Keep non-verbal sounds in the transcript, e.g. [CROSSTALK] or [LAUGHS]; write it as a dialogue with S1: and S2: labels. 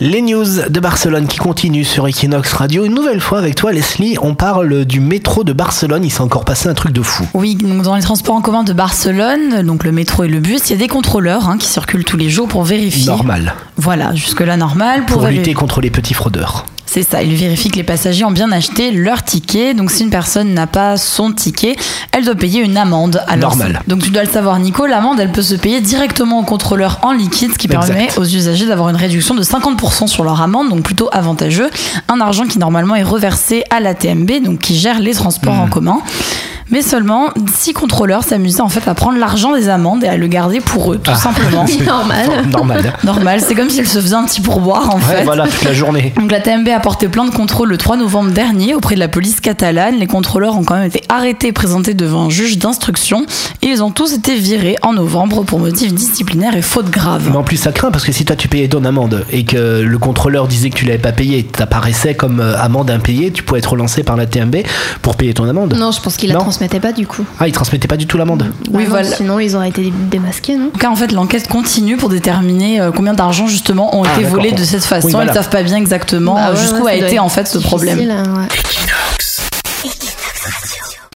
S1: Les news de Barcelone qui continuent sur Equinox Radio. Une nouvelle fois avec toi, Leslie, on parle du métro de Barcelone. Il s'est encore passé un truc de fou.
S2: Oui, donc dans les transports en commun de Barcelone, donc le métro et le bus, il y a des contrôleurs hein, qui circulent tous les jours pour vérifier.
S1: Normal.
S2: Voilà, jusque-là normal.
S1: Pour
S2: valider-
S1: lutter contre les petits fraudeurs.
S2: C'est ça, ils vérifient que les passagers ont bien acheté leur ticket. Donc si une personne n'a pas son ticket, elle doit payer une amende.
S1: Normal.
S2: Donc tu dois le savoir Nico, l'amende elle peut se payer directement au contrôleur en liquide, ce qui
S1: Exact.
S2: permet aux usagers d'avoir une réduction de 50% sur leur amende, donc plutôt avantageux. Un argent qui normalement est reversé à la TMB, donc qui gère les transports
S1: Hmm.
S2: en commun. Mais seulement six contrôleurs s'amusaient en fait à prendre l'argent des amendes et à le garder pour eux, tout
S1: Ah. [LAUGHS]
S2: simplement.
S1: C'est
S3: [LAUGHS] normal.
S1: Normal.
S2: Normal, c'est comme s'ils se faisaient un petit pourboire en
S1: Ouais,
S2: fait.
S1: voilà, toute la journée.
S2: Donc la TMB a porté plainte contrôle le 3 novembre dernier auprès de la police catalane. Les contrôleurs ont quand même été arrêtés et présentés devant un juge d'instruction et ils ont tous été virés en novembre pour motifs disciplinaires et fautes
S1: Mais
S2: graves.
S1: en plus, ça craint parce que si toi tu payais ton amende et que le contrôleur disait que tu l'avais pas payé, t'apparaissais comme euh, amende impayée, tu pouvais être relancé par la TMB pour payer ton amende.
S3: Non, je pense qu'ils la
S1: Non.
S3: transmettaient pas du coup.
S1: Ah, ils transmettaient pas du tout l'amende.
S3: Bah
S2: Oui,
S3: non,
S2: voilà.
S3: Sinon, ils auraient été démasqués, non
S2: En tout cas, en fait, l'enquête continue pour déterminer euh, combien d'argent justement ont
S1: Ah,
S2: été
S1: d'accord.
S2: volés de cette façon.
S1: Oui, voilà.
S2: Ils savent pas bien exactement
S3: Bah
S2: euh,
S3: ouais,
S2: jusqu'où
S3: ouais,
S2: a
S3: ça doit
S2: été
S3: être
S2: en fait ce problème.
S3: difficile, hein, ouais.